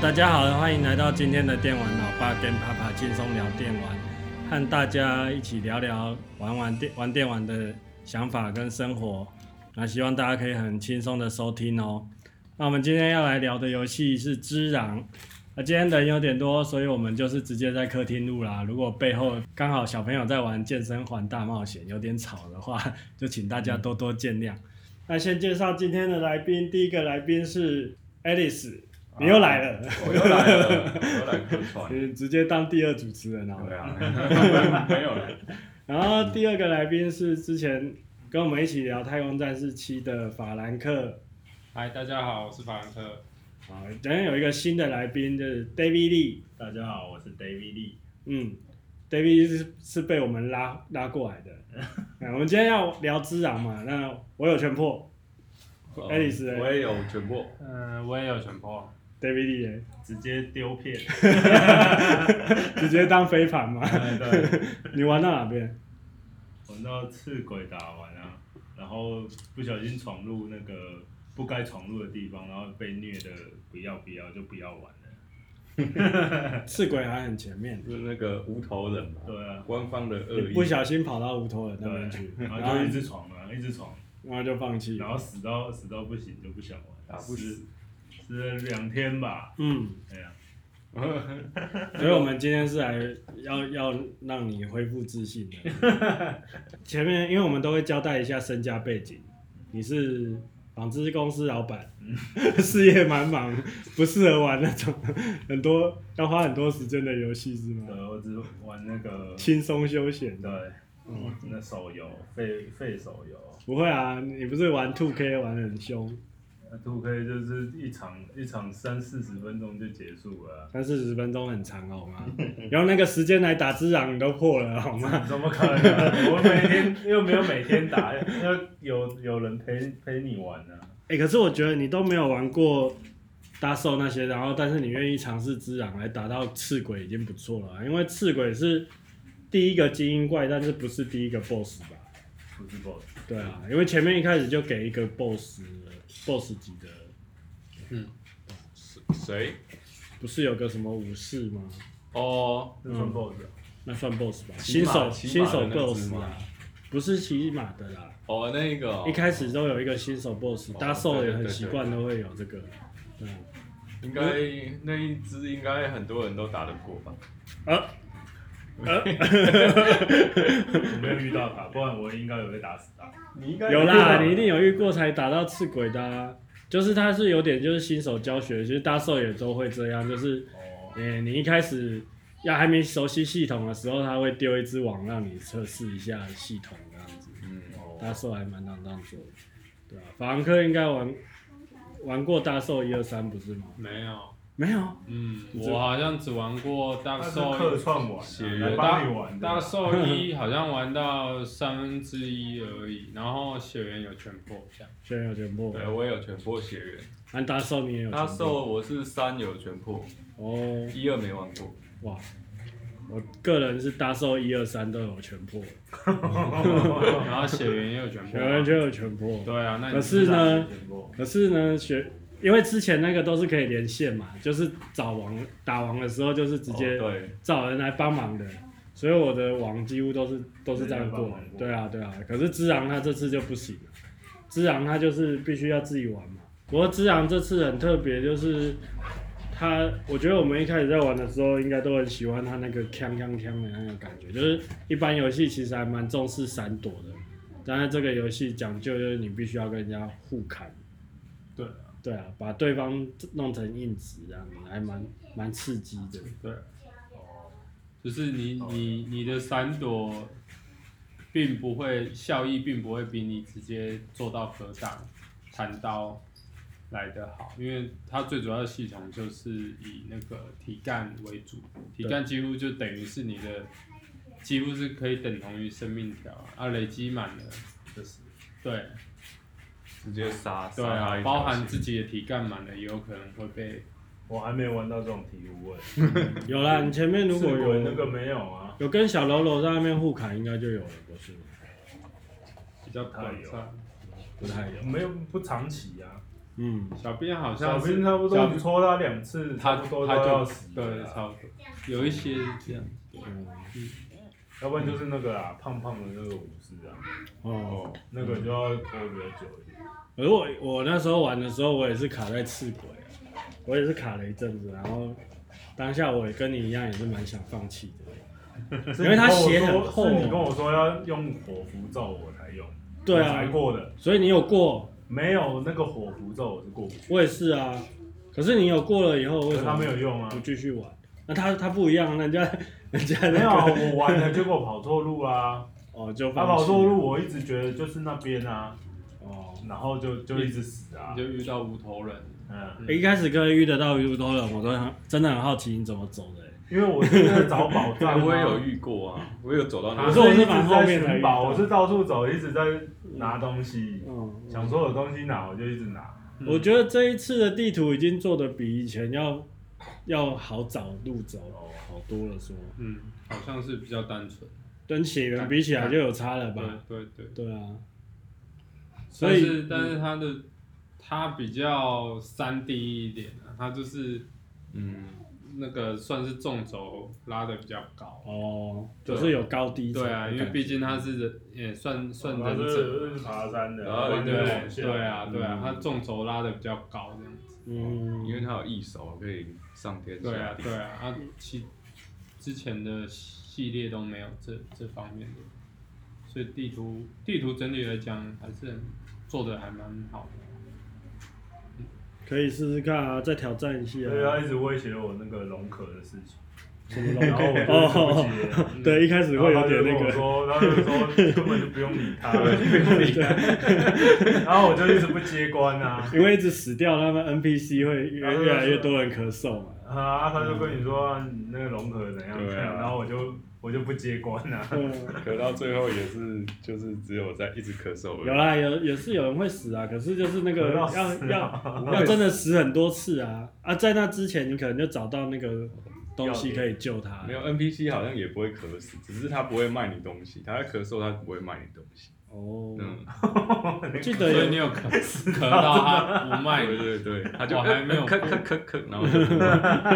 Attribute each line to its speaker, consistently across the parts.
Speaker 1: 大家好，欢迎来到今天的电玩老爸跟爸爸轻松聊电玩，和大家一起聊聊玩玩电玩电玩的想法跟生活。那希望大家可以很轻松的收听哦。那我们今天要来聊的游戏是《之壤》，那今天人有点多，所以我们就是直接在客厅录啦。如果背后刚好小朋友在玩健身环大冒险，有点吵的话， 就请大家多多见谅。那先介绍今天的来宾，第一个来宾是 Alice，你又来了，
Speaker 2: 我又来了，我又来客 串。
Speaker 1: 你直接当第二主持人哦。
Speaker 2: 对啊，没有了。
Speaker 1: 然后第二个来宾是之前跟我们一起聊《太空战士七》的法兰克，
Speaker 3: 嗨，大家好，我是法兰克。
Speaker 1: 啊，等下有一个新的来宾就是 David Lee，
Speaker 4: 大家好，我是 David Lee。
Speaker 1: 嗯，David 是是被我们拉拉过来的。嗯我们今天要聊《之壤》嘛，那我有全破
Speaker 2: 哦
Speaker 1: Alice 欸
Speaker 2: 我也有全部。
Speaker 3: 嗯，我也有全破。
Speaker 1: ，David Lee 耶
Speaker 4: 直接丢 片，
Speaker 1: 直接当飞盘嘛。
Speaker 4: 对，
Speaker 1: 你玩到哪边？
Speaker 4: 玩到赤鬼打完啊，然后不小心闯入那个不该闯入的地方，然后被虐的不要不要就不要玩了。
Speaker 1: 赤鬼还很前面，
Speaker 2: 就是那个无头人嘛，
Speaker 4: 对啊，
Speaker 2: 官方的恶
Speaker 1: 你
Speaker 2: 意，
Speaker 1: 不小心跑到无头人那边去，
Speaker 4: 对，然
Speaker 1: 然
Speaker 4: 后
Speaker 1: 后
Speaker 4: 就一直闯啊，一直闯，
Speaker 1: 然后就放弃
Speaker 4: 然。后死到死到不行就不想
Speaker 2: 打
Speaker 1: 啊
Speaker 4: 玩，
Speaker 2: 不死
Speaker 4: 死死了两天吧，
Speaker 1: 嗯，
Speaker 4: 哎呀，
Speaker 1: 所以我们今天是来要要让你恢复自信的。 前面因为我们都会交代一下身家背景，你是纺织公司老板，
Speaker 4: 嗯
Speaker 1: 事业蛮忙，不适合玩那种很多要花很多时间的游戏是吗？
Speaker 4: 对，我只玩那个，
Speaker 1: 轻松休闲的，
Speaker 4: 对，那手游废废手游。
Speaker 1: 不会啊，你不是玩 Two K 玩得很凶，
Speaker 4: 那 Two K 就是一场一场三四十分钟就结束了啊、
Speaker 1: 三四十分钟很长好 吗？然后那个时间来打之壤你都破了好吗？
Speaker 4: 怎么可能、我每天又没有每天打，要有有人陪陪你玩啊呢、
Speaker 1: 哎、可是我觉得你都没有玩过大兽那些，然后但是你愿意尝试之壤来打到赤鬼已经不错了啊，因为赤鬼是第一个精英怪，但是不是第一个 BOSS 吧？
Speaker 4: 不是 BOSS，
Speaker 1: 对啊，因为前面一开始就给一个 BOSS BOSS 级的，
Speaker 2: 谁？
Speaker 1: 不是有个什么武士吗？
Speaker 2: 哦，
Speaker 4: 是纯 BOSS 啊、
Speaker 1: 那算 BOSS 吧，
Speaker 2: 骑
Speaker 1: 新
Speaker 2: 马
Speaker 1: 手
Speaker 2: 骑
Speaker 1: 新
Speaker 2: 马的
Speaker 1: 手
Speaker 2: 那只
Speaker 1: BOSS 啊
Speaker 2: 吗，
Speaker 1: 不是骑马的啦，
Speaker 2: 哦，那个哦
Speaker 1: 一开始都有一个新手 BOSS，
Speaker 2: 哦
Speaker 1: 大兽
Speaker 2: 对
Speaker 1: 也
Speaker 2: 对
Speaker 1: 很
Speaker 2: 对
Speaker 1: 习
Speaker 2: 对
Speaker 1: 惯都会有这个，对啊。
Speaker 2: 应该那一只应该很多人都打得过吧？
Speaker 1: 啊
Speaker 4: 我没有遇到他，不然我应该有被打死啊他。
Speaker 2: 你应该
Speaker 1: 有啦，你一定有遇过才打到赤鬼的、啊，就是他是有点就是新手教学，其实大兽也都会这样，就是，
Speaker 4: 哦，
Speaker 1: 诶、你一开始要还没熟悉系统的时候，他会丢一只网让你测试一下系统这样子，
Speaker 2: 嗯，
Speaker 1: 大兽还蛮常这样做的，对啊，法兰克应该玩玩过大兽一二三不是吗？
Speaker 3: 没有，
Speaker 1: 没有，
Speaker 3: 嗯，我好像只玩过大
Speaker 4: 他是客
Speaker 3: 兽，
Speaker 4: 串玩、
Speaker 2: 血
Speaker 4: 啊，
Speaker 2: 缘
Speaker 4: 来帮你玩
Speaker 3: 大大
Speaker 4: 的。
Speaker 3: 兽 一好像玩到三分之一而已，然后血缘有全破这 样。
Speaker 1: 虽然有全破，
Speaker 2: 对，我也有全破血缘，
Speaker 1: 按大兽你也有全
Speaker 2: 他
Speaker 1: 破，
Speaker 2: 受我是三有全破，
Speaker 1: 哦，
Speaker 2: 一二没玩过，
Speaker 1: 哇，我个人是大兽一二三都有全破。
Speaker 3: 然后血缘也有全
Speaker 1: 小
Speaker 3: 破。
Speaker 1: 人就有全破。
Speaker 3: 对啊，那你
Speaker 1: 可是
Speaker 3: 知道
Speaker 1: 呢，
Speaker 4: 全部
Speaker 1: 可是呢，学因为之前那个都是可以连线嘛，就是找王打王的时候就是直接
Speaker 2: 哦对，
Speaker 1: 找人来帮忙的，所以我的王几乎都是都是这样过
Speaker 4: 直接
Speaker 1: 的
Speaker 4: 帮忙。过
Speaker 1: 对啊，对啊。可是之昂他这次就不行了，之昂他就是必须要自己玩嘛。不过之昂这次很特别，就是他，我觉得我们一开始在玩的时候，应该都很喜欢他那个锵锵锵的那个感觉，就是一般游戏其实还蛮重视闪躲的，但是这个游戏讲究就是你必须要跟人家互砍。
Speaker 3: 对
Speaker 1: 对啊，把对方弄成硬直这样子，还蛮蛮刺激的。
Speaker 3: 对，就是你你你的闪躲，并不会效益，并不会比你直接做到格挡、弹刀来得好，因为它最主要的系统就是以那个体干为主，体干几乎就等于是你的，几乎是可以等同于生命条啊，啊累积满了，
Speaker 4: 就是
Speaker 3: 对
Speaker 2: 直接杀
Speaker 3: 对
Speaker 2: 杀他
Speaker 3: 啊
Speaker 2: 一，条
Speaker 3: 包含
Speaker 2: 血
Speaker 3: 自己的体干满了，也有可能会被
Speaker 4: 我还没玩到这种体悟哎、
Speaker 1: 有啦，你前面如果
Speaker 4: 赤鬼
Speaker 1: 有
Speaker 4: 那个没有啊，
Speaker 1: 有跟小喽啰在那边互砍，应该就有了，不是吗？
Speaker 3: 比较短
Speaker 4: 有
Speaker 3: 暂。
Speaker 1: 不太有。
Speaker 4: 没有不长期啊。
Speaker 1: 嗯，
Speaker 3: 小兵好
Speaker 4: 小
Speaker 3: 像是
Speaker 4: 兵差不
Speaker 3: 小
Speaker 4: 多
Speaker 3: 兵
Speaker 4: 你戳他两次，
Speaker 3: 他
Speaker 4: 差不多都
Speaker 3: 他
Speaker 4: 要
Speaker 3: 就
Speaker 4: 死了啊
Speaker 3: 对，
Speaker 4: 啦
Speaker 3: 差不多有一些是这样。
Speaker 1: 啊
Speaker 4: 要不然就是那个啦，胖胖的那个武士啊，
Speaker 1: 哦。
Speaker 4: 那个就要拖比较久一点。
Speaker 1: 而我我那时候玩的时候，我也是卡在赤鬼啊，我也是卡了一阵子，然后当下我也跟你一样，也是蛮想放弃的。因为他血很厚
Speaker 4: 是你跟我说要用火符咒我才用，
Speaker 1: 对
Speaker 4: 我才
Speaker 1: 啊，
Speaker 4: 过的，
Speaker 1: 所以你有过，
Speaker 4: 没有那个火符咒我是过不去，
Speaker 1: 我也是啊。可是你有过了以后，为
Speaker 4: 可
Speaker 1: 什
Speaker 4: 是
Speaker 1: 么
Speaker 4: 他没有用啊
Speaker 1: 不，继续玩？那他他不一样，啊人家人家
Speaker 4: 没 有
Speaker 1: 那
Speaker 4: 啊，
Speaker 1: 个
Speaker 4: 我玩了结果跑错路 啊，
Speaker 1: 哦，就
Speaker 4: 他
Speaker 1: 放
Speaker 4: 跑
Speaker 1: 弃
Speaker 4: 错路我一直觉得就是那边啊，
Speaker 1: 哦。
Speaker 4: 然后就就一直死啊
Speaker 3: 你，就遇到无头人，
Speaker 4: 嗯，
Speaker 1: 一开始可以遇得到鱼多人，我都很真的很好奇你怎么走的欸、
Speaker 4: 因为我是在找宝 藏啊，
Speaker 2: 但我也有遇过啊，我有走到那
Speaker 1: 可
Speaker 4: 可
Speaker 1: 是
Speaker 4: 是
Speaker 1: 我
Speaker 4: 我
Speaker 1: 是
Speaker 4: 是
Speaker 1: 蛮
Speaker 4: 蛮
Speaker 1: 后
Speaker 4: 后
Speaker 1: 面
Speaker 4: 面
Speaker 1: 才
Speaker 4: 才
Speaker 1: 遇到
Speaker 4: 宝，我是到处走，一直在拿东西，
Speaker 1: 嗯，
Speaker 4: 想说有东西拿我就一直拿。
Speaker 3: 嗯
Speaker 1: 我觉得这一次的地图已经做的比以前要要好找路走好多了说，
Speaker 3: 嗯，好像是比较单纯。
Speaker 1: 跟血缘比起来就有差了吧？
Speaker 3: 对对对。
Speaker 1: 对啊，所
Speaker 3: 但
Speaker 1: 以嗯
Speaker 3: 是但是它的它比较三 D 一点、啊，它就是
Speaker 2: 嗯，
Speaker 3: 那个算是纵轴拉的比较高。
Speaker 1: 哦，
Speaker 3: 对啊
Speaker 1: 就是有高低
Speaker 3: 对啊，因为毕竟它是人也算算人整。
Speaker 4: 哦是爬山的，
Speaker 2: 然后
Speaker 4: 不然就
Speaker 3: 对
Speaker 4: 往下
Speaker 3: 对啊，对啊
Speaker 1: 嗯，
Speaker 3: 它纵轴拉的比较高这样子。
Speaker 1: 嗯，
Speaker 2: 因为它有一手可以上天
Speaker 3: 对啊
Speaker 2: 下，地，
Speaker 3: 对啊，它其之前的系列都没有这这方面的，所以地图地图整体来讲还是很做的还蛮好的。
Speaker 1: 可以试试看啊，再挑战一下、
Speaker 4: 对啊，一直威胁我那个龙壳的事 情，
Speaker 1: 什么
Speaker 4: 然后我就
Speaker 1: 哦
Speaker 4: 不接，
Speaker 1: 对，一开始
Speaker 4: 然后
Speaker 1: 会
Speaker 4: 他
Speaker 1: 有
Speaker 4: 就
Speaker 1: 点
Speaker 4: 跟
Speaker 1: 那
Speaker 4: 我
Speaker 1: 个，
Speaker 4: 说，然后就说根本就不用理他， 然后我就一直不接关啊，
Speaker 1: 因为一直死掉，他们 NPC 会越
Speaker 4: 然后就
Speaker 1: 越来越
Speaker 4: 说
Speaker 1: 多人咳嗽嘛。
Speaker 4: 啊，他就跟你说啊你那个龙壳怎样怎
Speaker 2: 对
Speaker 4: 样，
Speaker 2: 啊
Speaker 4: 然后我就我就不接关 啊，
Speaker 1: 嗯
Speaker 2: 可到最后也是就是只有在一直咳嗽而已。
Speaker 1: 有啦，有也是有人会死啊，可是就是那个
Speaker 4: 有到
Speaker 1: 要
Speaker 4: 死
Speaker 1: 要
Speaker 4: 啊
Speaker 1: 要真的死很多次啊啊！在那之前，你可能就找到那个东西可以救他
Speaker 2: 没。有 NPC 好像也不会咳死，只是他不会卖你东西，他会咳嗽，他不会卖你东西。
Speaker 1: 哦，
Speaker 2: 嗯，
Speaker 1: 我记得
Speaker 3: 所以
Speaker 1: 有
Speaker 3: 你有咳咳到它不卖
Speaker 2: 对
Speaker 3: 你，
Speaker 2: 对对，他就哦
Speaker 3: 我还没有
Speaker 2: 咳咳咳咳，然后就不卖他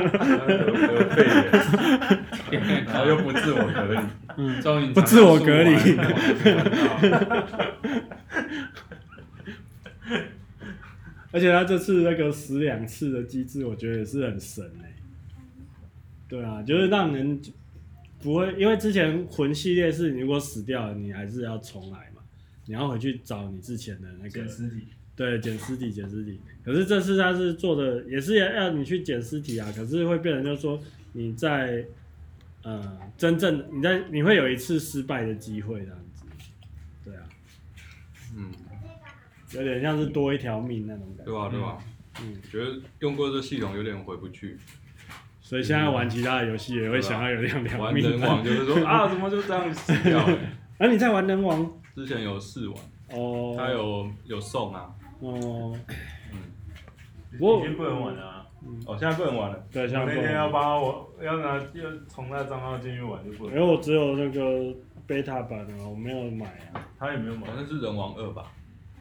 Speaker 2: 得得肺炎， 然后又不自我隔离。
Speaker 3: 终于你
Speaker 1: 不自我隔离
Speaker 3: 阐述完了
Speaker 1: 而且他这次那个死两次的机制，我觉得也是很神哎、对啊，就是让人不会，因为之前魂系列是你如果死掉了，你还是要重来嘛，你要回去找你之前的那个
Speaker 4: 捡尸体，
Speaker 1: 对，捡尸体，捡尸体。可是这次他是做的，也是要要你去捡尸体啊。可是会变成就是说你在呃真正你在你会有一次失败的机会这样子，对啊，
Speaker 2: 嗯，
Speaker 1: 有点像是多一条命那种感
Speaker 2: 对
Speaker 1: 觉。
Speaker 2: 吧对吧？
Speaker 1: 嗯，
Speaker 2: 觉得用过这系统有点回不 去，
Speaker 1: 所以现在玩其他的游戏也会想要有两条
Speaker 2: 玩
Speaker 1: 命。
Speaker 2: 人网就是说啊，怎么就这样死掉了？
Speaker 1: 啊，你在玩人王
Speaker 2: 之前有试玩，
Speaker 1: 哦，
Speaker 2: 他有有送啊，
Speaker 1: 哦，我
Speaker 4: 已经不能玩了啊。
Speaker 2: 哦，现在不能玩了，
Speaker 1: 对，
Speaker 4: 我
Speaker 1: 像
Speaker 4: 那
Speaker 1: 这
Speaker 4: 天要
Speaker 1: 种，
Speaker 4: 帮他我要拿要从那账号进去玩就不
Speaker 1: 因
Speaker 4: 能，
Speaker 1: 为我只有那个 beta 版啊，我没有买啊。
Speaker 4: 他也没有买
Speaker 2: 好。像是人王二吧？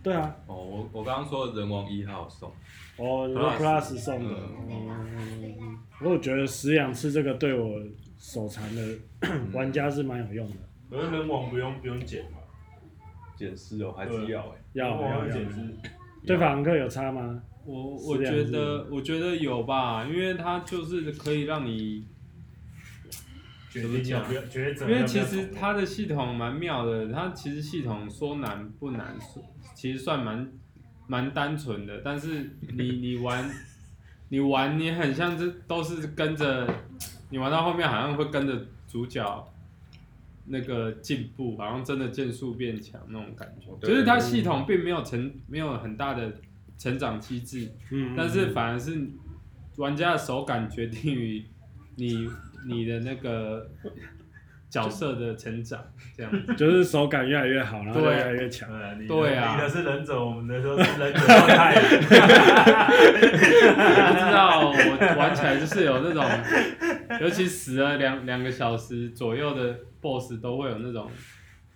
Speaker 1: 对啊，
Speaker 2: 哦，我我刚刚说的人王一号送，
Speaker 1: 哦，有
Speaker 2: Plus
Speaker 1: Plus 送的。
Speaker 2: 嗯
Speaker 1: 嗯，我觉得十两次这个对我手残 的玩家是蛮有用的，
Speaker 4: 可是人网不用不用剪嘛，
Speaker 2: 捡尸哦，还是要哎、
Speaker 1: 要
Speaker 4: 人网
Speaker 1: 要
Speaker 4: 会
Speaker 1: 要
Speaker 4: 剪。是
Speaker 1: 对法兰克有差吗？
Speaker 3: 我
Speaker 1: 是
Speaker 3: 我
Speaker 1: 这样
Speaker 3: 觉
Speaker 1: 子
Speaker 3: 得我觉得有吧，因为它就是可以让你
Speaker 4: 决定要不要抉择
Speaker 3: 因
Speaker 4: 要不要
Speaker 3: 为
Speaker 4: 重
Speaker 3: 其
Speaker 4: 录。
Speaker 3: 实它的系统蛮妙的，它其实系统说难不难，说其实算蛮蛮单纯的。但是你你 玩你玩，你很像这都是跟着你玩到后面，好像会跟着主角那个进步，好像真的剑术变强那种感觉。
Speaker 2: 哦对
Speaker 3: 就是它系统并没有成没有很大的成长机制，
Speaker 1: 嗯
Speaker 3: 但是反而是玩家的手感决定于你 你的那个角色的成长，这样子。
Speaker 1: 就是手感越来越好，然后就
Speaker 3: 对
Speaker 1: 越来越强。
Speaker 4: 对你的
Speaker 3: 对啊
Speaker 4: 你的是忍者，我们的都是忍者状态。
Speaker 3: 我不知道我玩起来就是有那种，尤其死了两两个小时左右的 BOSS 都会有那种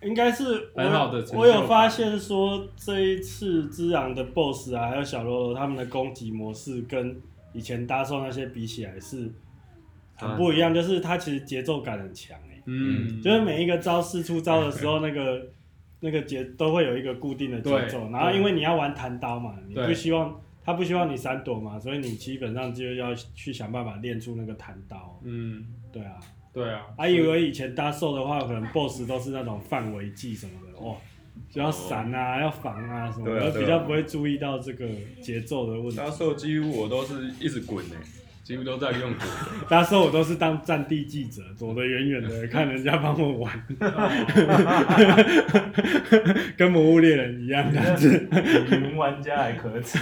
Speaker 1: 应该是我
Speaker 3: 很好的成就感
Speaker 1: 我有发现说，这一次之昂的 BOSS 啊，还有小喽啰他们的攻击模式跟以前搭售那些比起来是很不一样，就是它其实节奏感很强欸诶、
Speaker 3: 嗯，
Speaker 1: 就是每一个招式出招的时候，那个那个节都会有一个固定的节奏，
Speaker 3: 对
Speaker 1: 然后因为你要玩弹刀嘛，你
Speaker 3: 对
Speaker 1: 不希望他不希望你闪躲嘛，所以你基本上就要去想办法练出那个弹刀，
Speaker 3: 嗯，
Speaker 1: 对啊。
Speaker 3: 对啊，
Speaker 1: 还以为以前搭售的话，可能 BOSS 都是那种范围技什么的，哦，就要闪啊，要防啊什么
Speaker 2: 对啊
Speaker 1: 的，
Speaker 2: 对啊
Speaker 1: 比较不会注意到这个节奏的问题
Speaker 2: 搭。售几乎我都是一直滚呢、几乎都在用滚。
Speaker 1: 搭售我都是当战地记者，躲得远远的，看人家帮我 玩，跟魔物猎人一样的。
Speaker 4: 比云玩家还可耻，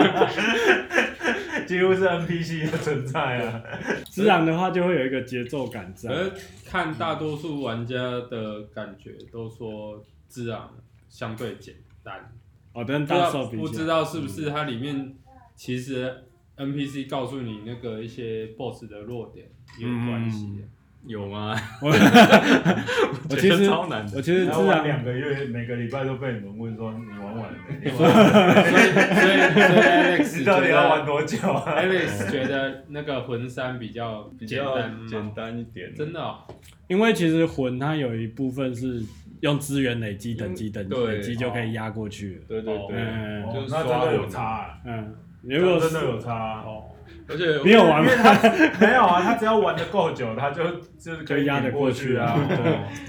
Speaker 4: 几乎是 NPC 的存在啊。
Speaker 1: 自然的话就会有一个节奏感在。
Speaker 3: 可是啊看大多数玩家的感觉都说自然相对简单，
Speaker 1: 哦，跟
Speaker 3: 不知
Speaker 1: 大
Speaker 3: 道
Speaker 1: 手比
Speaker 3: 不
Speaker 1: 起
Speaker 3: 知
Speaker 1: 来，
Speaker 3: 道是不是它里面其实 NPC 告诉你那个一些 BOSS 的弱点有关系。
Speaker 2: 有吗？
Speaker 1: 我我
Speaker 2: 觉
Speaker 1: 其
Speaker 2: 得
Speaker 1: 实
Speaker 2: 超难的
Speaker 1: 我其实
Speaker 4: 然
Speaker 1: 自
Speaker 4: 后玩
Speaker 1: 然
Speaker 4: 两个月，每个礼拜都被你们问说你玩完了没？ 你玩完了
Speaker 3: 所以所以所以 Alex 觉
Speaker 4: 没你 到底要玩
Speaker 3: 得
Speaker 4: 多久啊？
Speaker 3: Alex 觉得那个魂三比较
Speaker 2: 比
Speaker 3: 简
Speaker 2: 较
Speaker 3: 单吗
Speaker 2: 简单一点，
Speaker 3: 真的哦、
Speaker 1: 因为其实魂它有一部分是用资源累积、等级、等级、
Speaker 2: 对
Speaker 1: 等级就可以压过去了。
Speaker 2: 对对对，
Speaker 1: 嗯
Speaker 4: 哦
Speaker 2: 就是刷
Speaker 4: 那真的有
Speaker 2: 我
Speaker 4: 差啊，
Speaker 1: 嗯，如果
Speaker 4: 真
Speaker 1: 是
Speaker 4: 的有差啊。
Speaker 3: 哦，
Speaker 2: 而且
Speaker 1: 你有玩
Speaker 4: 因为
Speaker 1: 吗？
Speaker 4: 他没有啊，他只要玩的够久，他就就是可
Speaker 1: 就
Speaker 4: 以
Speaker 1: 压得
Speaker 4: 碾过
Speaker 1: 过
Speaker 4: 去
Speaker 1: 去
Speaker 4: 啊。
Speaker 1: 对，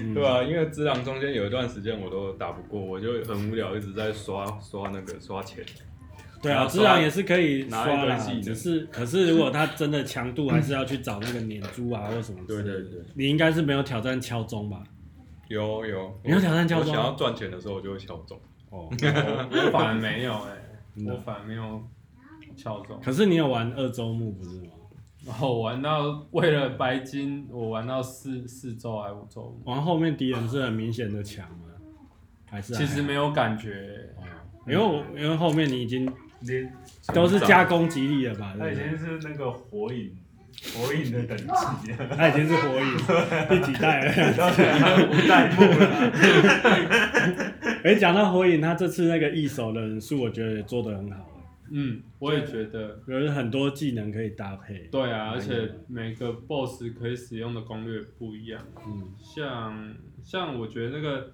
Speaker 1: 嗯
Speaker 2: 对啊，因为只狼中间有一段时间我都打不过，我就很无聊，一直在刷刷那个刷钱。
Speaker 1: 对啊，
Speaker 2: 然后
Speaker 1: 自
Speaker 2: 刷
Speaker 1: 然也是可以
Speaker 2: 拿
Speaker 1: 刷
Speaker 2: 一堆
Speaker 1: 啦
Speaker 2: 技能，
Speaker 1: 只是可是如果它真的强度，还是要去找那个年珠啊或什么之类的。
Speaker 2: 对对对，
Speaker 1: 你应该是没有挑战敲钟吧？
Speaker 2: 有有，
Speaker 1: 你要挑战敲
Speaker 2: 我
Speaker 1: 钟
Speaker 2: 想要赚钱的时候我就会敲钟。
Speaker 1: 哦，
Speaker 3: 我我反而没有哎、
Speaker 1: 真的
Speaker 3: 我反而没有敲钟。
Speaker 1: 可是你有玩二周目不是吗？
Speaker 3: 然后我玩到为了白金，我玩到四四周还五周，
Speaker 1: 玩后面敌人是很明显的强吗？还是还啊
Speaker 3: 其实没有感觉。
Speaker 1: 好因为我因为后面你已经
Speaker 4: 连
Speaker 1: 都是加攻击力了吧？
Speaker 4: 他
Speaker 1: 对
Speaker 4: 以
Speaker 1: 不对
Speaker 4: 前是那个火影，火影的等级 啊，
Speaker 1: 他已经是火影 第几代了？
Speaker 4: 到底要五代目了。
Speaker 1: 哎，讲到火影，他这次那个一手的人数，我觉得也做得很好，
Speaker 3: 嗯，我也觉得，
Speaker 1: 有很多技能可以搭配。
Speaker 3: 对啊，而且每个 BOSS 可以使用的攻略不一样。
Speaker 1: 嗯，
Speaker 3: 像像我觉得那个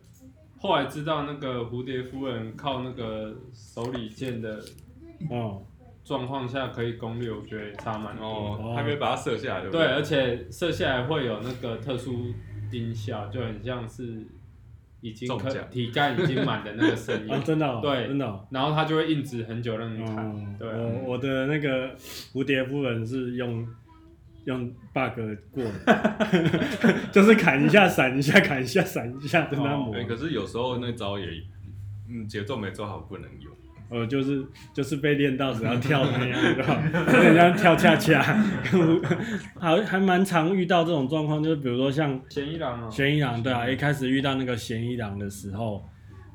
Speaker 3: 后来知道那个蝴蝶夫人靠那个手里剑的
Speaker 1: 哦，
Speaker 3: 状况下可以攻略，我觉得也差蛮多。
Speaker 2: 哦，还可以把它射下来，对不
Speaker 3: 对，而且射下来会有那个特殊音效，就很像是已经
Speaker 2: 中
Speaker 3: 可
Speaker 2: 奖
Speaker 3: 体干已经满的那个声
Speaker 1: 啊
Speaker 3: 音，，
Speaker 1: 真的 哦，
Speaker 3: 对
Speaker 1: 真的哦。
Speaker 3: 然后它就会硬直很久让你弹。
Speaker 1: 哦，
Speaker 3: 对啊
Speaker 1: 我我的那个蝴蝶夫人是用用 bug 过 的，就是砍一下闪一下，砍一下闪一下，跟
Speaker 3: 哦
Speaker 1: 他磨。
Speaker 2: 对，哎可是有时候那招也，嗯，节奏没做好不能用。
Speaker 1: 呃，就是就是被练到只要跳那 样，就好，有点像跳恰恰。 好，还蛮常遇到这种状况，就是比如说像
Speaker 3: 嫌疑狼哦，
Speaker 1: 嫌疑狼，对啊，一开始遇到那个嫌疑狼的时候，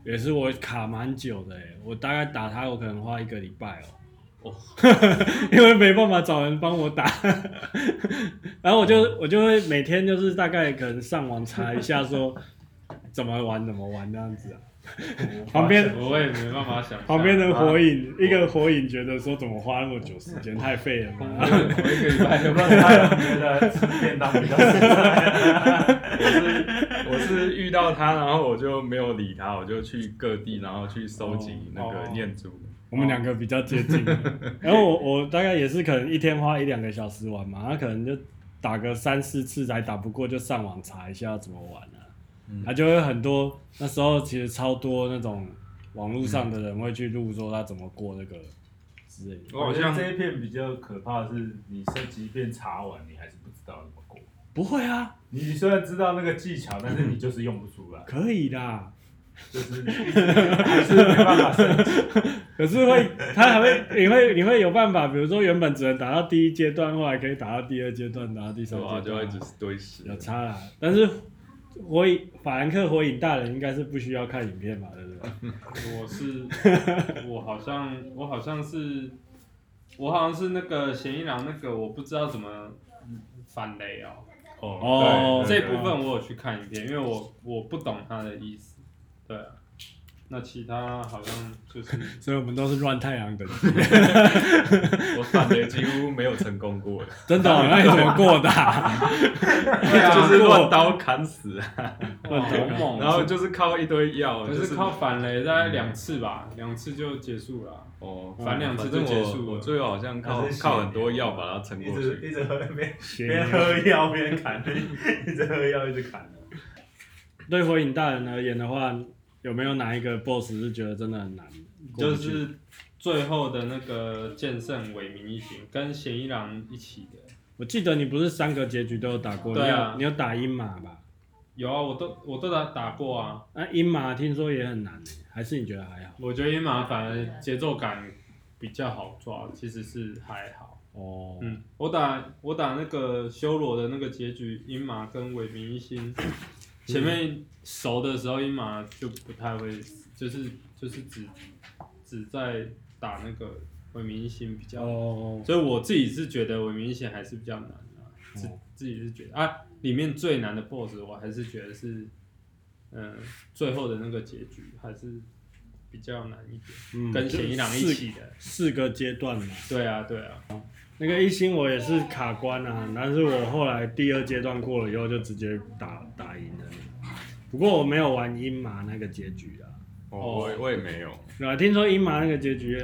Speaker 1: 也是我卡蛮久的欸，我大概打他，我可能花一个礼拜哦、
Speaker 2: 哦
Speaker 1: 因为没办法找人帮我打， 然后我就我就会每天就是大概可能上网查一下说怎么玩怎么玩这样子啊，
Speaker 3: 哦
Speaker 1: 旁边
Speaker 3: 我也没办法想象。
Speaker 1: 旁边的火影，一个火影觉得说怎么花那么久时间，太废了 嘛。
Speaker 3: 我一个礼拜就
Speaker 4: 有没有他有觉得吃便当比较实在？
Speaker 2: 我是 我是遇到他，然后我就没有理他，我就去各地，然后去收集那个念珠。
Speaker 1: 我们两个比较接近， 然后我我大概也是可能一天花一两个小时玩嘛，他可能就打个三四次才打不过，就上网查一下怎么玩啊，他就会很多那时候其实超多那种网络上的人会去录说他怎么过那个之类的，
Speaker 2: 我好
Speaker 4: 我觉得
Speaker 2: 像
Speaker 4: 这一片比较可怕的是，你是即便查完，你还是不知道怎么过。
Speaker 1: 不会啊，
Speaker 4: 你虽然知道那个技巧，但是你就是用不出来，
Speaker 1: 可以的。
Speaker 4: 就是还是没办法升级。
Speaker 1: 可是会，他还会，你会，你会有办法，比如说原本只能打到第一阶段，后来可以打到第二阶段，打到第
Speaker 2: 是
Speaker 1: 三阶
Speaker 2: 吧？
Speaker 1: 段，啊
Speaker 2: 啊就会一直堆石。
Speaker 1: 有差啦。但是火影法兰克火影大人应该是不需要看影片吧，对不对？
Speaker 3: 我是我好像我好像是我好像是那个嫌疑狼那个我不知道怎么反雷哦，
Speaker 1: 哦
Speaker 2: 哦，
Speaker 3: 这
Speaker 2: 对
Speaker 3: 一部分我有去看一遍，因为我我不懂他的意思。对啊，那其他好像 就是
Speaker 1: 所以我们都是乱太阳等级，
Speaker 2: 对我反的几乎没有成功过，
Speaker 1: 真的、哦，那你怎么过的 啊、
Speaker 3: 对啊，
Speaker 2: 就是乱刀砍死啊，
Speaker 3: 哇好猛，
Speaker 2: 然后就是靠一堆药，
Speaker 3: 哦可
Speaker 2: 就是
Speaker 3: 靠反雷大概两次吧，两次就结束了啊。
Speaker 2: 哦，
Speaker 3: 反两次
Speaker 2: 反正
Speaker 3: 就结束
Speaker 2: 我
Speaker 3: 了
Speaker 2: 我最后好像靠
Speaker 4: 还是血
Speaker 2: 靠很多药把它撑
Speaker 4: 一
Speaker 2: 过
Speaker 4: 直
Speaker 2: 去。
Speaker 4: 一直喝边
Speaker 1: 血
Speaker 4: 边喝药边砍，一直喝药一直砍的。
Speaker 1: 对火影大人而言的话，有没有哪一个 BOSS 是觉得真的很难过
Speaker 3: 就
Speaker 1: 不去？
Speaker 3: 是最后的那个剑圣伟明一行跟贤一郎一起的，
Speaker 1: 我记得你不是三个结局都有打过，
Speaker 3: 对啊
Speaker 1: 你有你有打鹰马吧？
Speaker 3: 有啊，我都我都打打过啊。
Speaker 1: 那、鹰马听说也很难、欸，还是你觉得还好？
Speaker 3: 我觉得野马反而节奏感比较好抓，其实是还好。
Speaker 1: 哦，
Speaker 3: 嗯，我打我打那个修罗的那个结局，英马跟伟明一心，前面熟的时候，英马就不太会，就是就是只只在打那个伟明一心比较，
Speaker 1: 哦，
Speaker 3: 所以我自己是觉得伟明一心还是比较难啊，自、
Speaker 1: 哦
Speaker 3: 自己是觉得啊，里面最难的 BOSS 我还是觉得是，嗯、最后的那个结局还是比较难一点，
Speaker 1: 嗯
Speaker 3: 跟显一郎一起的，
Speaker 1: 四个阶段嘛。
Speaker 3: 对啊对啊，
Speaker 1: 那个一星我也是卡关啊，但是我后来第二阶段过了以后就直接打打赢了。不过我没有玩鹰马那个结局啊，
Speaker 2: 哦，我我也没有，
Speaker 1: 对吧、听说鹰马那个结局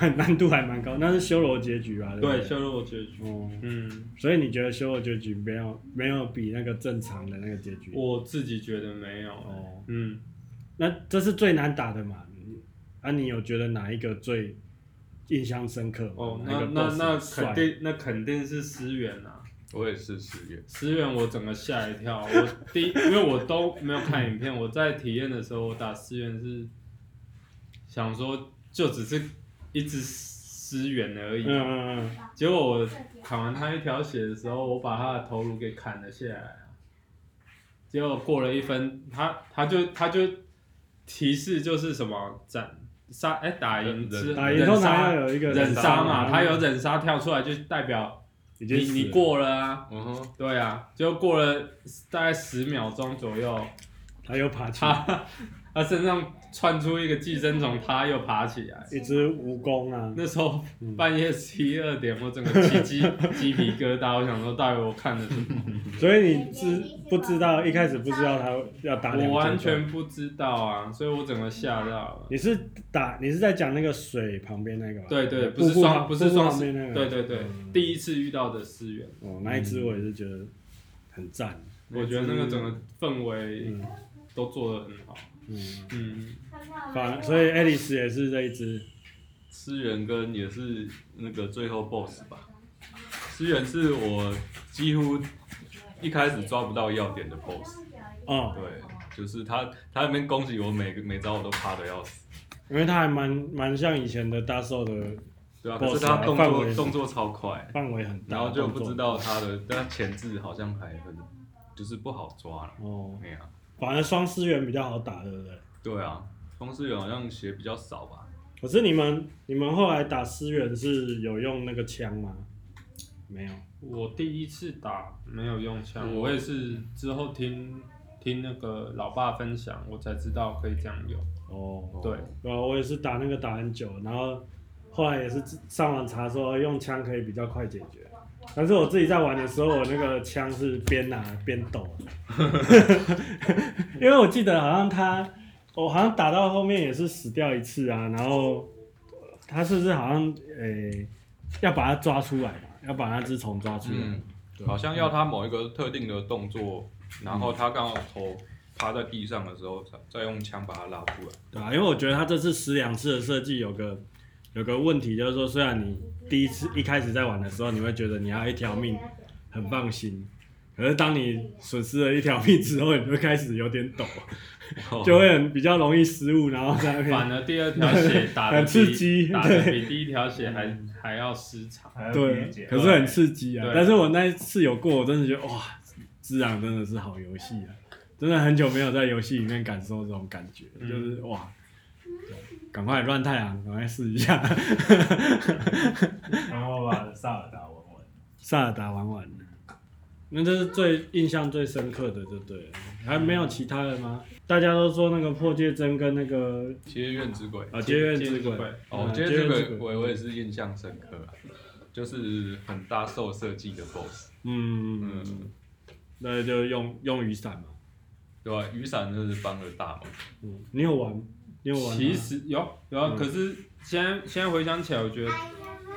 Speaker 1: 难度还蛮高，那是修罗结局吧？啊对不
Speaker 3: 对
Speaker 1: 对，
Speaker 3: 修罗结局，
Speaker 1: 哦，
Speaker 3: 嗯。
Speaker 1: 所以你觉得修罗结局没有没有比那个正常的那个结局？
Speaker 3: 我自己觉得没有。
Speaker 1: 哦，
Speaker 3: 嗯，
Speaker 1: 那这是最难打的嘛？你啊，你有觉得哪一个最印象深刻吗？
Speaker 3: 哦，
Speaker 1: 哪
Speaker 3: 那
Speaker 1: 一个
Speaker 3: 那
Speaker 1: boss
Speaker 3: 那
Speaker 1: 帅
Speaker 3: 肯定，那肯定是思源啊！
Speaker 2: 我也是失业。
Speaker 3: 思源我整个吓一跳，我第一，因为我都没有看影片，我在体验的时候，我打思源是想说就只是一直思源而已
Speaker 1: 嗯，嗯嗯，
Speaker 3: 结果我砍完他一条血的时候，我把他的头颅给砍了下来啊。结果过了一分，他他就他就提示就是什么斩杀哎打赢之
Speaker 2: 忍
Speaker 1: 打赢后哪
Speaker 3: 杀
Speaker 1: 有一个
Speaker 3: 忍杀嘛，
Speaker 1: 嗯
Speaker 3: 他有忍杀跳出来就代表
Speaker 1: 已
Speaker 3: 你
Speaker 1: 经死
Speaker 3: 你
Speaker 1: 了
Speaker 3: 过了啊，
Speaker 2: 嗯哼，
Speaker 3: 对啊，就过了大概十秒钟左右，
Speaker 1: 他又爬起来
Speaker 3: 他他身上窜出一个寄生虫，他又爬起来。
Speaker 1: 一只蜈蚣啊，
Speaker 3: 那时候
Speaker 1: 嗯
Speaker 3: 半夜十一二点，我整个起鸡鸡皮疙瘩，我想说到底我看了什么？
Speaker 1: 所以你知不知道？一开始不知道他要打两
Speaker 3: 我完
Speaker 1: 针对
Speaker 3: 全不知道啊，所以我整个吓到了。
Speaker 1: 你是打你是在讲那个水旁边那个吧？
Speaker 3: 对对，不
Speaker 1: 瀑
Speaker 3: 是
Speaker 1: 布
Speaker 3: 双
Speaker 1: 旁
Speaker 3: 不是双
Speaker 1: 瀑布旁
Speaker 3: 十，
Speaker 1: 边那个。嗯
Speaker 3: 对对对，第一次遇到的思源，
Speaker 1: 哦，那一只我也是觉得很赞。
Speaker 3: 我觉得那个整个氛围
Speaker 1: 嗯
Speaker 3: 都做得很好。
Speaker 1: 嗯，
Speaker 3: 嗯，
Speaker 1: 反所以爱丽丝也是这一只。
Speaker 2: 思源跟也是那个最后 BOSS 吧。思源是我几乎一开始抓不到要点的 BOSS，
Speaker 1: 哦，
Speaker 2: 对，就是他他那边攻击我每个每招我都怕的要死，
Speaker 1: 因为它还蛮蛮像以前的大兽的
Speaker 2: 对啊，可
Speaker 1: Boss
Speaker 2: 是他动
Speaker 1: 啊范围
Speaker 2: 作动作超快，
Speaker 1: 范围很大，
Speaker 2: 然后就不知
Speaker 1: 道
Speaker 2: 道他的但前置好像还很就是不好抓了，
Speaker 1: 哦，
Speaker 2: 哎呀，
Speaker 1: 反而双思源比较好打，对不对？
Speaker 2: 对啊，风思源好像血比较少吧，
Speaker 1: 可是你们你们后来打思源是有用那个枪吗？没有。
Speaker 3: 我第一次打没有用枪，
Speaker 2: 嗯
Speaker 3: 我也是之后听听那个老爸分享，我才知道可以这样用。
Speaker 1: 哦，
Speaker 3: 对
Speaker 1: 对啊，我也是打那个打很久，然后后来也是上网查说用枪可以比较快解决，但是我自己在玩的时候，我那个枪是边拿边抖，因为我记得好像他，我好像打到后面也是死掉一次啊，然后呃他是不是好像诶、要把它抓出来吧，要把那只虫抓出来，
Speaker 2: 嗯，好像要他某一个特定的动作，然后他刚好头趴在地上的时候，再再用枪把他拉出来。
Speaker 1: 对啊，因为我觉得他这次十两次的设计有个有个问题，就是说虽然你第一次一开始在玩的时候，你会觉得你要一条命很放心，可是当你损失了一条命之后，你就开始有点抖， 就会很比较容易失误，然后在那边
Speaker 3: 哦反而第二条血打 的
Speaker 1: 很刺激 嗯
Speaker 3: 打的比第一条血还还要失常。
Speaker 4: 还要理
Speaker 1: 对
Speaker 4: 解，
Speaker 1: 可是很刺激啊
Speaker 3: 对。
Speaker 1: 但是我那一次有过，我真的觉得哇，滋壤真的是好游戏啊，真的很久没有在游戏里面感受这种感觉，
Speaker 3: 嗯
Speaker 1: 就是哇。赶快乱太阳，赶快试一下。
Speaker 4: 然后把萨尔达玩完。
Speaker 1: 萨尔达玩完了，那这是最印象最深刻的，就对了。还没有其他的吗？大家都说那个破戒针跟那个
Speaker 2: 结怨之鬼。
Speaker 1: 啊结怨之
Speaker 3: 结
Speaker 1: 鬼
Speaker 3: 怨之鬼，
Speaker 2: 哦，
Speaker 1: 嗯
Speaker 2: 结
Speaker 1: 结
Speaker 2: 怨
Speaker 1: 怨
Speaker 2: 之
Speaker 1: 之
Speaker 2: 鬼我我也是印象深刻啊，就是很大受设计的 BOSS，
Speaker 1: 嗯，
Speaker 2: 嗯，
Speaker 1: 那就用用雨伞嘛。
Speaker 2: 对吧、雨伞真的是帮了大忙，
Speaker 1: 嗯，你有玩？你有玩吗？
Speaker 3: 其实有有啊，
Speaker 1: 嗯
Speaker 3: 可是现在现在回想起来，我觉得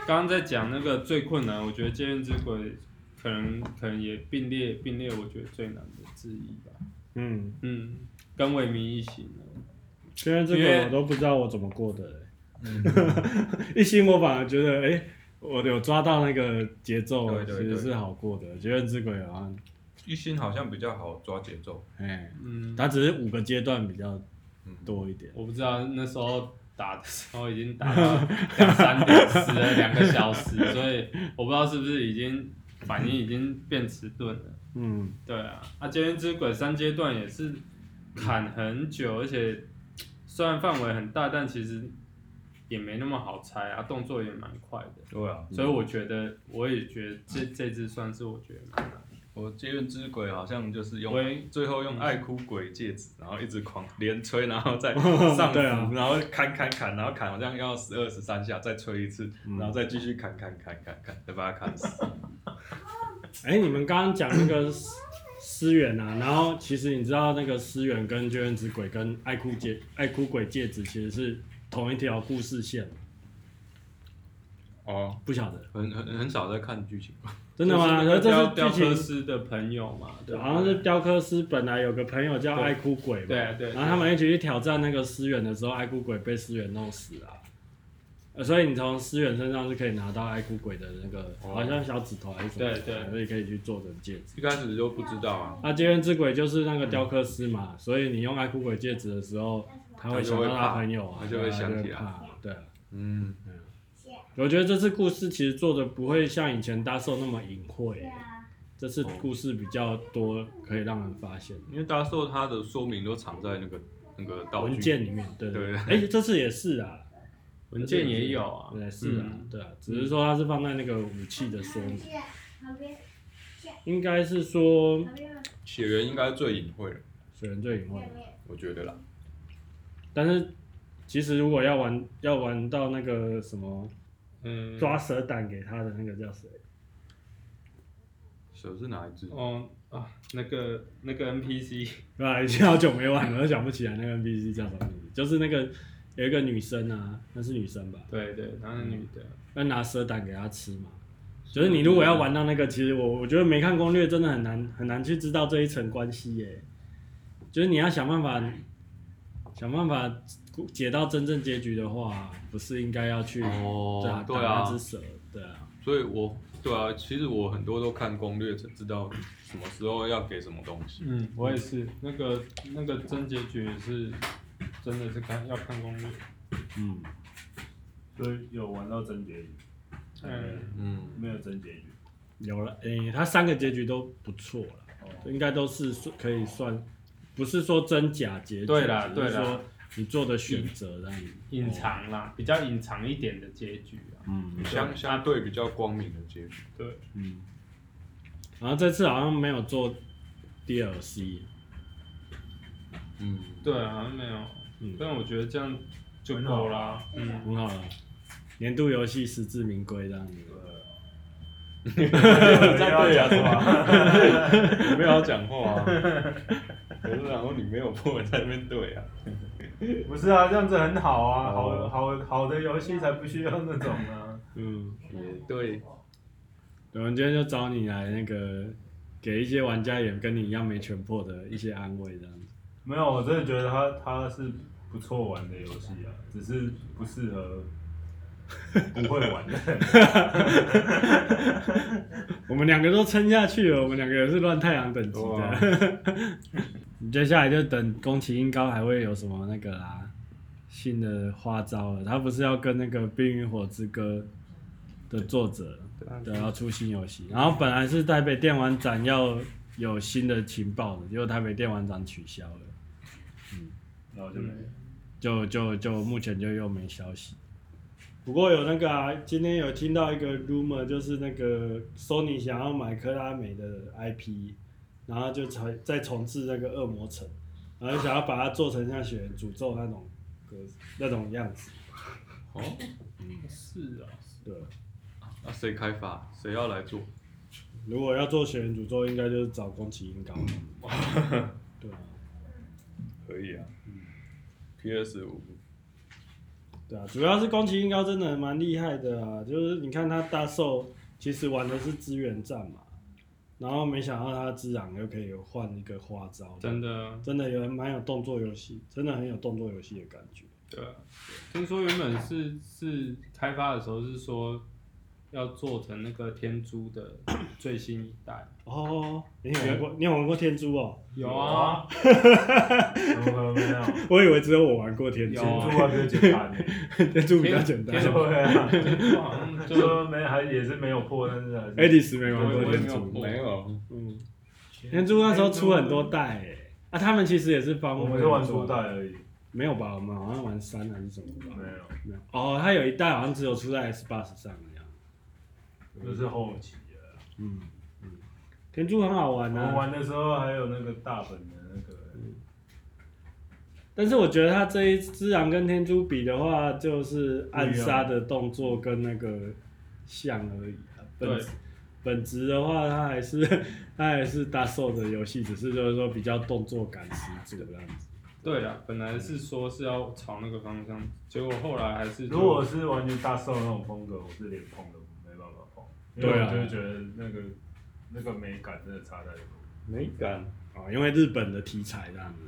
Speaker 3: 刚刚在讲那个最困难，我觉得《剑刃之鬼》可能可能也并列并列，我觉得最难的之一吧。
Speaker 1: 嗯，
Speaker 3: 嗯，跟伟明一起呢，
Speaker 1: 结怨之
Speaker 3: 因
Speaker 1: 鬼
Speaker 3: 为
Speaker 1: 我都不知道我怎么过的、欸。一心我反而觉得，哎、我有抓到那个节奏，
Speaker 2: 对对
Speaker 1: 其实
Speaker 2: 对
Speaker 1: 是好过的。结怨之鬼好像，
Speaker 2: 一心好像比较好抓节奏，
Speaker 1: 哎、
Speaker 3: 嗯，
Speaker 1: 它只是五个阶段比较
Speaker 2: 嗯，
Speaker 1: 多一点。
Speaker 3: 我不知道那时候打的时候已经打到两三点，死了两个小时，所以我不知道是不是已经反应已经变迟钝了。
Speaker 1: 嗯，
Speaker 3: 对啊，啊，《监狱之鬼》三阶段也是砍很久，而且虽然范围很大，但其实也没那么好猜啊，动作也蛮快的。
Speaker 2: 对啊，
Speaker 3: 所以我觉得，我也觉得这这只算是我觉得蛮难的。
Speaker 2: 我结怨之鬼好像就是用
Speaker 3: 我也
Speaker 2: 最后用爱哭鬼戒指，然后一直狂连吹，然后再 上
Speaker 1: 对啊
Speaker 2: 浮然后砍砍砍，然后砍好像要十二十三下，再吹一次，然后再继续砍砍砍砍砍，再把它砍死。
Speaker 1: 哎、你们刚刚讲那个思思远啊，然后其实你知道那个思远跟绝缘之鬼跟爱哭戒爱哭鬼戒指其实是同一条故事线，
Speaker 2: 哦，
Speaker 1: 不晓得
Speaker 2: 很很很少在看剧情，
Speaker 1: 真的吗？然后
Speaker 3: 就是那个
Speaker 1: 这
Speaker 3: 雕
Speaker 1: 是剧
Speaker 3: 雕刻
Speaker 1: 情。
Speaker 3: 师的朋友嘛，对吧，
Speaker 1: 好像是雕刻师本来有个朋友叫爱哭鬼嘛，
Speaker 3: 对对对
Speaker 1: 然后他们一起去挑战那个思远的时候，爱哭鬼被思远弄死啊，呃所以你从思远身上是可以拿到爱哭鬼的那个，
Speaker 2: 哦
Speaker 1: 好像小指头还是什么的，
Speaker 3: 对对
Speaker 1: 所以可以去做成戒指。
Speaker 2: 一开始就不知道啊。
Speaker 1: 那结缘之鬼就是那个
Speaker 2: 嗯
Speaker 1: 雕刻师嘛，所以你用爱哭鬼戒指的时候，他会想到他朋友啊，
Speaker 2: 他就会怕他就会想起来
Speaker 1: 他就会怕对啊，
Speaker 2: 嗯，
Speaker 1: 我觉得这次故事其实做的不会像以前大寿那么隐晦，这次故事比较多可以让人发现
Speaker 2: 因为大寿它的说明都藏在那个那个道具
Speaker 1: 文件里面，对
Speaker 2: 对
Speaker 1: 哎、这次也是啊，
Speaker 3: 文件也有啊，
Speaker 1: 对，是啊，
Speaker 3: 嗯
Speaker 1: 对啊，只是说它是放在那个武器的说明，
Speaker 5: 旁边，
Speaker 1: 应该是说
Speaker 5: 旁边，
Speaker 2: 血缘应该最隐晦了，
Speaker 1: 水人最隐晦
Speaker 5: 面。
Speaker 2: 我觉得啦。
Speaker 1: 但是其实如果要玩要玩到那个什么
Speaker 3: 嗯，
Speaker 1: 抓蛇胆给他的那个叫谁？
Speaker 2: 蛇是哪一只？
Speaker 3: 哦啊，那个那个 NPC，
Speaker 1: 对吧？已 经好久没玩了，我都想不起来那个 NPC 叫什么名字。就是那个有一个女生啊，那是女生吧？
Speaker 3: 对对，然后那女的，
Speaker 1: 要拿蛇胆给她吃嘛。就是你如果要玩到那个，其实我我觉得没看攻略真的很难很难去知道这一层关系耶。就是你要想办法想办法解到真正结局的话，不是应该要去
Speaker 2: 哦
Speaker 1: 对啊
Speaker 2: 对啊
Speaker 1: 打那只蛇对啊
Speaker 2: 所以我对啊，其实我很多都看攻略，才知道什么时候要给什么东西。
Speaker 3: 嗯，我也是，那个那个真结局也是，真的是看要看攻略，
Speaker 1: 嗯
Speaker 4: 所以有玩到真结局，
Speaker 3: 嗯。
Speaker 2: 嗯，
Speaker 4: 没有 真结局。
Speaker 1: 有了诶、它三个结局都不错了。
Speaker 4: 哦，
Speaker 1: 应该都是算可以算，不是说真假结局，
Speaker 3: 对啦
Speaker 1: 只是
Speaker 3: 对啦
Speaker 1: 说你做的选择让你
Speaker 3: 隐，藏啦，比较隐藏一点的结局啊。
Speaker 1: 嗯
Speaker 2: 相相对比较光明的结局。
Speaker 3: 对，
Speaker 1: 嗯。然后这次好像没有做 DLC，
Speaker 2: 嗯，
Speaker 3: 对啊，好像没有，
Speaker 1: 嗯
Speaker 3: 但我觉得这样就够啦。嗯，
Speaker 1: 很好了，年度游戏实至名归这样子。
Speaker 3: 啊
Speaker 4: 这样 对 啊，
Speaker 2: 你没有要讲话啊，可是然后你没有破在那边对啊。
Speaker 4: 不是啊，这样子很好啊，
Speaker 2: 哦
Speaker 4: 好好好的游戏才不需要那种啊。
Speaker 1: 嗯，
Speaker 2: 也对，
Speaker 1: 我们今天就找你来那个，给一些玩家也跟你一样没全破的一些安慰这样子。
Speaker 4: 没有，我真的觉得它它是不错玩的游戏啊，只是不适合不会玩的人。
Speaker 1: 我们两个都撑下去了，我们两个也是乱太阳等级的。你接下来就等宫崎英高还会有什么那个啦，新的花招了。他不是要跟那个《冰与火之歌》的作者对要出新游戏，然后本来是台北电玩展要有新的情报的，结果台北电玩展取消了，
Speaker 4: 然后就没了。
Speaker 1: 就就就目前就又没消息。不过有那个啊，今天有听到一个 rumor，就是那个 Sony 想要买克拉美的 IP，然后就才再重置那个恶魔城，然后想要把它做成像血缘诅咒那种格那种样子，
Speaker 3: 哦，是啊，
Speaker 1: 对。
Speaker 2: 那谁开发？谁要来做？
Speaker 1: 如果要做血缘诅咒，应该就是找宫崎英高。对啊，
Speaker 2: 可以啊。PS 五，
Speaker 1: 对啊，主要是宫崎英高真的蛮厉害的啊，就是你看他大寿其实玩的是资源战嘛，然后没想到他自然又可以换一个花招，
Speaker 3: 真的，
Speaker 1: 真的有蛮有动作游戏，真的很有动作游戏的感觉。
Speaker 3: 对啊。听说原本是是开发的时候是说要做成那个天珠的最新一代，
Speaker 1: 哦，你有玩过？你有玩过天珠哦？
Speaker 3: 有啊，
Speaker 1: 哎
Speaker 4: 怎么没有？
Speaker 1: 我以为只有我玩过天珠
Speaker 3: 有，啊
Speaker 4: 猪啊比较简单 欸，
Speaker 1: 天珠比较简单
Speaker 3: 天。天
Speaker 4: 对啊，
Speaker 3: 天珠好 像
Speaker 4: 就
Speaker 3: 就
Speaker 4: 说没还也是没有破，但是还是
Speaker 1: Alice 没玩过
Speaker 3: 我也
Speaker 1: 天
Speaker 3: 没有
Speaker 1: 珠，
Speaker 3: 我
Speaker 2: 没有，
Speaker 1: 嗯，天珠那时候出很
Speaker 4: 哎
Speaker 1: 多代欸、啊，他们其实也是帮
Speaker 4: 我
Speaker 1: 们
Speaker 4: 们是玩初代，而已，
Speaker 1: 没有吧？我们好像玩三还是什么吧？
Speaker 4: 没有，
Speaker 1: 没有。哦，他有一代好像只有出在 S 八十上一样。
Speaker 4: 那是后期的。
Speaker 1: 嗯嗯，天珠很好玩
Speaker 4: 我们
Speaker 1: 啊，
Speaker 4: 玩的时候还有那个大本的那个，
Speaker 1: 但是我觉得他这一只狼跟天珠比的话，就是暗杀的动作跟那个像而已啊。本
Speaker 3: 对
Speaker 1: 本质的话，它还是 它还是大兽的游戏，只是就是说比较动作感十足这样子。
Speaker 3: 对了，本来是说是要朝那个方向，结果后来还是就
Speaker 4: 如果是完全大受那种风格，我是连碰都没办法碰，因为
Speaker 1: 对
Speaker 4: 我
Speaker 1: 啊
Speaker 4: 就觉得那个那个美感真的差太多。
Speaker 1: 没感啊、因为日本的题材这样子。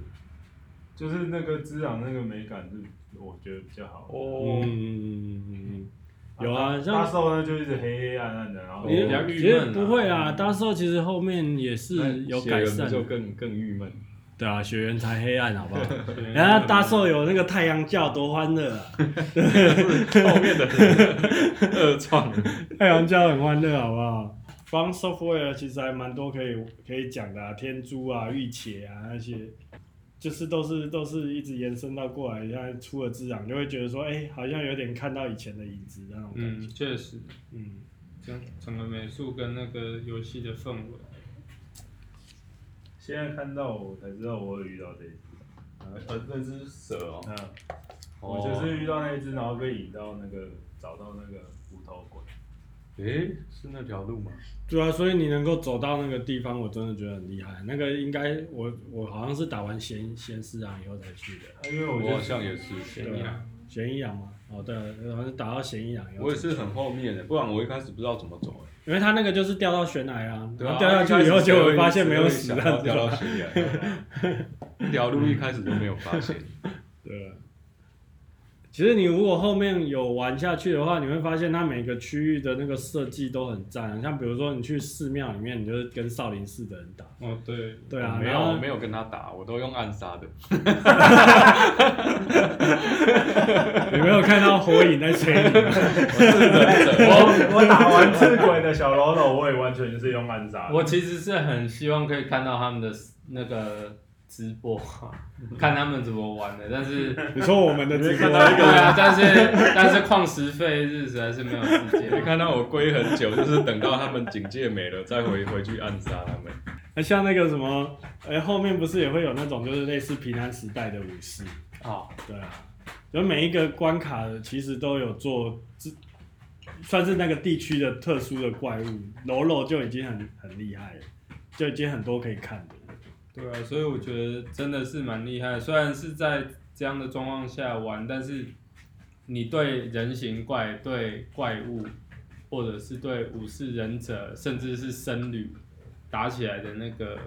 Speaker 4: 就是那个滋养那个美感是我觉得比较好。
Speaker 2: 哦，
Speaker 3: 嗯
Speaker 1: 嗯，有啊，
Speaker 4: 大
Speaker 1: 像
Speaker 4: 兽呢就一直黑黑暗暗的，然后
Speaker 1: 其
Speaker 3: 比较
Speaker 1: 实
Speaker 3: 郁闷啊
Speaker 1: 其实不会啦，大寿其实后面也是有改
Speaker 2: 血缘
Speaker 1: 善
Speaker 2: 不
Speaker 1: 的
Speaker 2: 就。更更郁闷。
Speaker 1: 对啊，血缘才黑暗，好不好？
Speaker 3: 缘
Speaker 1: 然后大寿有那个太阳教，多欢乐啊！
Speaker 2: 后面的二创，
Speaker 1: 太阳教很欢乐，好不好？帮 software 其实还蛮多可以可以讲的啊，天珠啊、御且啊那些，就是都是都是一直延伸到过来，现在出了自然就会觉得说，哎、好像有点看到以前的影子那种感觉。
Speaker 3: 嗯，确实，
Speaker 1: 嗯
Speaker 3: 整整个美术跟那个游戏的氛围，
Speaker 4: 现在看到我才知道我有遇到这一只，
Speaker 2: 呃，那只蛇哦，
Speaker 4: 嗯，我就是遇到那一只，然后被引到那个找到那个无头鬼，啊
Speaker 2: 诶，是那条路吗？
Speaker 1: 对啊，所以你能够走到那个地方，我真的觉得很厉害。那个应该我我好像是打完闲闲事啊以后才去的，
Speaker 4: 啊因为我
Speaker 2: 我好
Speaker 4: 就
Speaker 2: 像也是，
Speaker 3: 对
Speaker 1: 对
Speaker 3: 啊
Speaker 1: 啊，咸一阳嘛，哦对，好像是打到咸一阳啊以后才去。
Speaker 2: 我也是很后面的，不然我一开始不知道怎么走欸。
Speaker 1: 因为他那个就是掉到悬崖啊，
Speaker 2: 对
Speaker 1: 然
Speaker 2: 啊，
Speaker 1: 后掉下去以后，结果发现没有死，
Speaker 2: 一
Speaker 1: 这
Speaker 2: 开
Speaker 1: 样
Speaker 2: 始就
Speaker 1: 子
Speaker 2: 掉到
Speaker 1: 啊。
Speaker 2: 水里来。那条路一开始就没有发现，
Speaker 1: 对啊。其实你如果后面有玩下去的话，你会发现它每个区域的那个设计都很赞。啊像比如说你去寺庙里面，你就是跟少林寺的人打，
Speaker 3: 哦对，
Speaker 1: 对啊，
Speaker 2: 我没
Speaker 1: 然后
Speaker 2: 有没有跟他打，我都用暗杀的。
Speaker 1: 你没有看到火影在吹你 吗？
Speaker 4: 我我打 完赤鬼的小喽啰，我也完全是用暗杀的，
Speaker 3: 我其实是很希望可以看到他们的那个直 播，看他们怎么玩的，但 是
Speaker 1: 你说我们的直播
Speaker 4: 看到一
Speaker 3: 对啊，但是但是旷时费日实在是没有时
Speaker 2: 你
Speaker 3: 间。
Speaker 2: 看到我归很久，就是等到他们警戒没了，再回回去暗杀他们。
Speaker 1: 那 像那个什么，哎、后面不是也会有那种就是类似平安时代的武士，
Speaker 3: 好，
Speaker 1: 对啊，就每一个关卡其实都有做自，算是那个地区的特殊的怪物，柔柔就已经很很厉害了，就已经很多可以看的。
Speaker 3: 对啊，所以我觉得真的是蛮厉害。虽然是在这样的状况下玩，但是你对人形怪、对怪物，或者是对武士、忍者，甚至是僧侣打起来的那个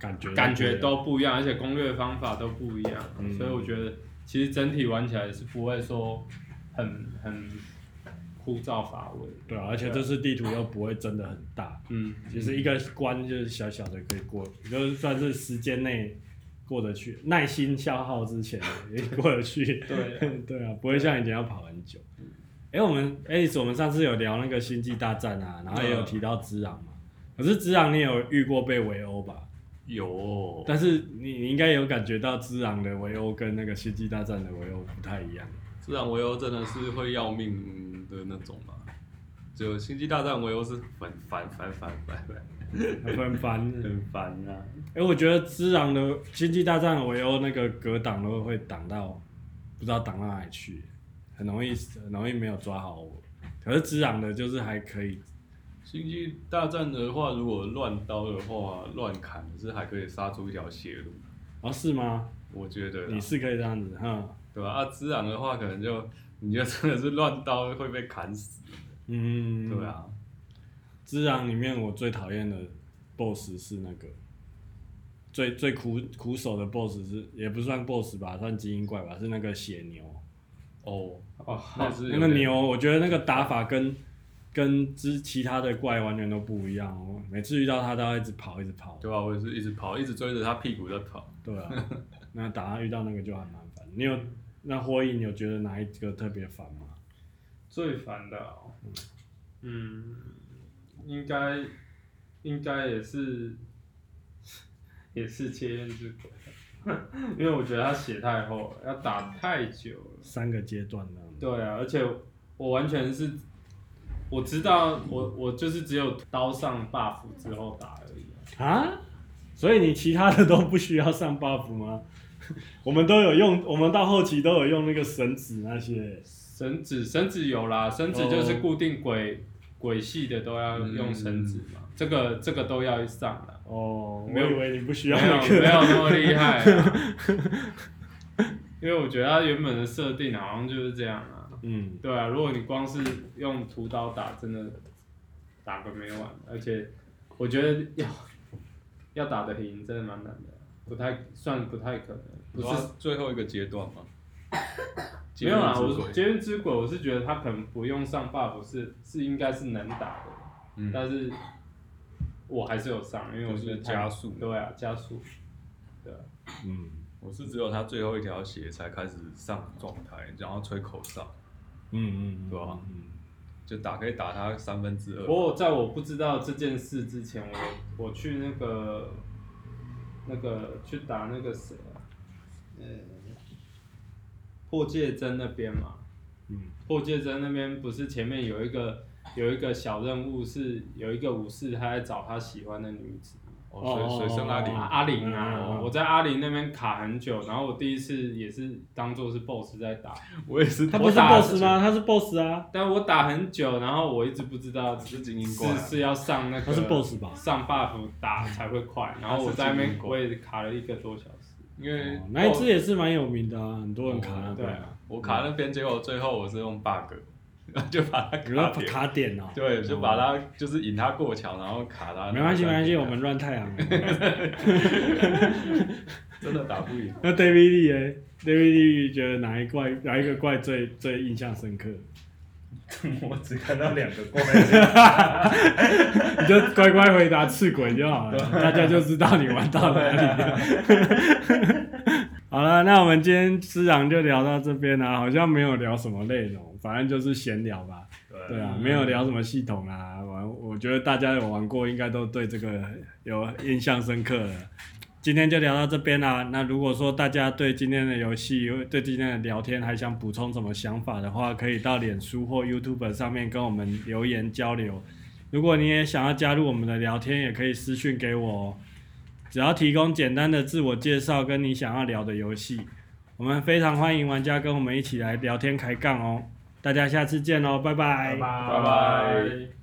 Speaker 1: 感觉
Speaker 3: 感觉都不一样，而且攻略方法都不一样，
Speaker 1: 嗯
Speaker 3: 所以我觉得其实整体玩起来是不会说很很枯燥乏味。
Speaker 1: 对啊，而且这次地图又不会真的很大，
Speaker 3: 嗯，
Speaker 1: 其实一个关就是小小的可以过，就是算是时间内过得去，耐心消耗之前也过得去。
Speaker 3: 对
Speaker 1: 对啊，不会像以前要跑很久。哎、我们哎、我们上次有聊那个星际大战啊，然后也有提到之昂嘛。可是之昂你有遇过被围殴吧？
Speaker 2: 有，
Speaker 1: 但是你你应该有感觉到之昂的围殴跟那个星际大战的围殴不太一样。
Speaker 2: 自然围殴真的是会要命的那种嘛。就星际大战围殴是很烦烦烦烦烦，
Speaker 1: 很烦。
Speaker 2: 很烦啊！
Speaker 1: 哎、我觉得之昂的星际大战围殴那个格挡都会挡到，不知道挡到哪里去，很容易很容易没有抓好我。可是之昂的就是还可以，
Speaker 2: 星际大战的话，如果乱刀的话，乱砍是还可以杀出一条血路，
Speaker 1: 哦是吗？
Speaker 2: 我觉得啦
Speaker 1: 你是可以这样子，哈，
Speaker 2: 对吧、啊？自然的话，可能就你就真的是乱刀会被砍死，
Speaker 1: 嗯，
Speaker 2: 对。啊。
Speaker 1: 之昂里面我最讨厌的 BOSS 是那个最最苦苦手的 BOSS 是也不算 BOSS 吧，算精英怪吧，是那个血牛。
Speaker 2: 哦，
Speaker 3: 哦，
Speaker 2: 那是
Speaker 1: 那
Speaker 2: 有
Speaker 1: 个
Speaker 2: 点
Speaker 1: 牛，我觉得那个打法跟跟之其他的怪完全都不一样哦。每次遇到它都要一直跑，一直跑。
Speaker 2: 对吧、啊我也是一直跑，一直追着他屁股在跑。
Speaker 1: 对 啊，那打它遇到那个就很麻烦。你有那火影有觉得哪一个特别烦吗？
Speaker 3: 最烦的、哦，嗯，应该应该也是 也是切燕之鬼， 因为我觉得他血太厚了，要打太久了。
Speaker 1: 三个阶段那样。
Speaker 3: 对啊，而且我完全是，我知道我我就是只有刀上 buff 之后打而已啊、
Speaker 1: 啊？所以你其他的都不需要上 buff 吗？ 我们都有用，我们到后期都有用那个绳子那些。
Speaker 3: 绳子绳子有啦，绳子就是固定轨、轨系的都要用绳子嘛，这个这个都要上啦。
Speaker 1: 哦，我
Speaker 3: 没有
Speaker 1: 以为你不需
Speaker 3: 没
Speaker 1: 要那
Speaker 3: 有没
Speaker 1: 个。
Speaker 3: 有那么厉害、啊， 因为我觉得它原本的设定好像就是这样啊。
Speaker 1: 嗯，
Speaker 3: 对啊，如果你光是用屠刀打，真的打个没完，而且我觉得要要打得赢真的蛮难的，不太算不太可能，不
Speaker 2: 不
Speaker 3: 是
Speaker 2: 是最后一个阶段 吗？
Speaker 3: 没有啦，
Speaker 2: 结论之
Speaker 3: 我
Speaker 2: 鬼
Speaker 3: 绝运之鬼，我是觉得他可能不用上 buff 是是应该是能打的，
Speaker 2: 嗯
Speaker 3: 但是我还是有上，因为我觉得
Speaker 2: 就是
Speaker 3: 太
Speaker 2: 加速
Speaker 3: 对啊，加速，对啊，
Speaker 1: 嗯，
Speaker 2: 我是只有他最后一条血才开始上状态，然后吹口哨，
Speaker 1: 嗯嗯嗯，
Speaker 2: 对啊
Speaker 1: 嗯
Speaker 2: 就打可以打他三分之二。
Speaker 1: 哦
Speaker 3: 不过在我不知道这件事之前，我我去那个那个去打那个谁啊，呃，破戒针那边嘛，
Speaker 1: 嗯，
Speaker 3: 破戒针那边不是前面有一个有一个小任务是有一个武士他在找他喜欢的女子嘛。
Speaker 2: 哦，随随身
Speaker 1: 哦
Speaker 2: 阿
Speaker 3: 啊
Speaker 2: 里
Speaker 3: 阿玲啊，
Speaker 1: 嗯嗯嗯
Speaker 3: 我在阿玲那边卡很久，然后我第一次也是当做是 BOSS 在打，
Speaker 2: 我也是
Speaker 1: 他不是
Speaker 3: 我打
Speaker 1: boss 吗？他是 boss 啊，
Speaker 3: 但我打很久，然后我一直不知道
Speaker 2: 是
Speaker 3: 是
Speaker 2: 精英怪啊
Speaker 3: 是要上那个
Speaker 1: 他是 boss 吧？
Speaker 3: 上 buff 打才会快，然后我在那边我也卡了一个多小时，
Speaker 2: 因为
Speaker 1: 哦那一只也是蛮有名的啊，很多人卡那
Speaker 3: 对
Speaker 1: 边
Speaker 3: 啊
Speaker 1: 啊，
Speaker 2: 我卡那边，结果最后我是用 bug，就 把他
Speaker 1: 比如说
Speaker 2: 卡点，
Speaker 1: 卡点哦。
Speaker 2: 对，就把他就是引他过桥，然后卡他。
Speaker 1: 没关系，没关系，我们
Speaker 2: 们
Speaker 1: 乱太阳了。
Speaker 2: 真的打不赢。
Speaker 1: 那 David Lee 哎，David Lee 觉得哪一怪哪一个怪最最印象深刻？
Speaker 4: 我只看到两个怪，
Speaker 1: 你就乖乖回答赤鬼就好了，大家就知道你玩到哪里了。好了，那我们今天师长就聊到这边啊啦、好像没有聊什么内容，反正就是闲聊吧。对啊，没有聊什么系统啦、玩我觉得大家有玩过，应该都对这个有印象深刻了。今天就聊到这边啦、那如果说大家对今天的游戏、对今天的聊天还想补充什么想法的话，可以到脸书或 YouTube 上面跟我们留言交流。如果你也想要加入我们的聊天，也可以私讯给我、哦，只要提供简单的自我介绍跟你想要聊的游戏，我们非常欢迎玩家哦跟我们一起来聊天开杠哦。大家下次见喽，拜拜
Speaker 4: 拜
Speaker 3: 拜拜。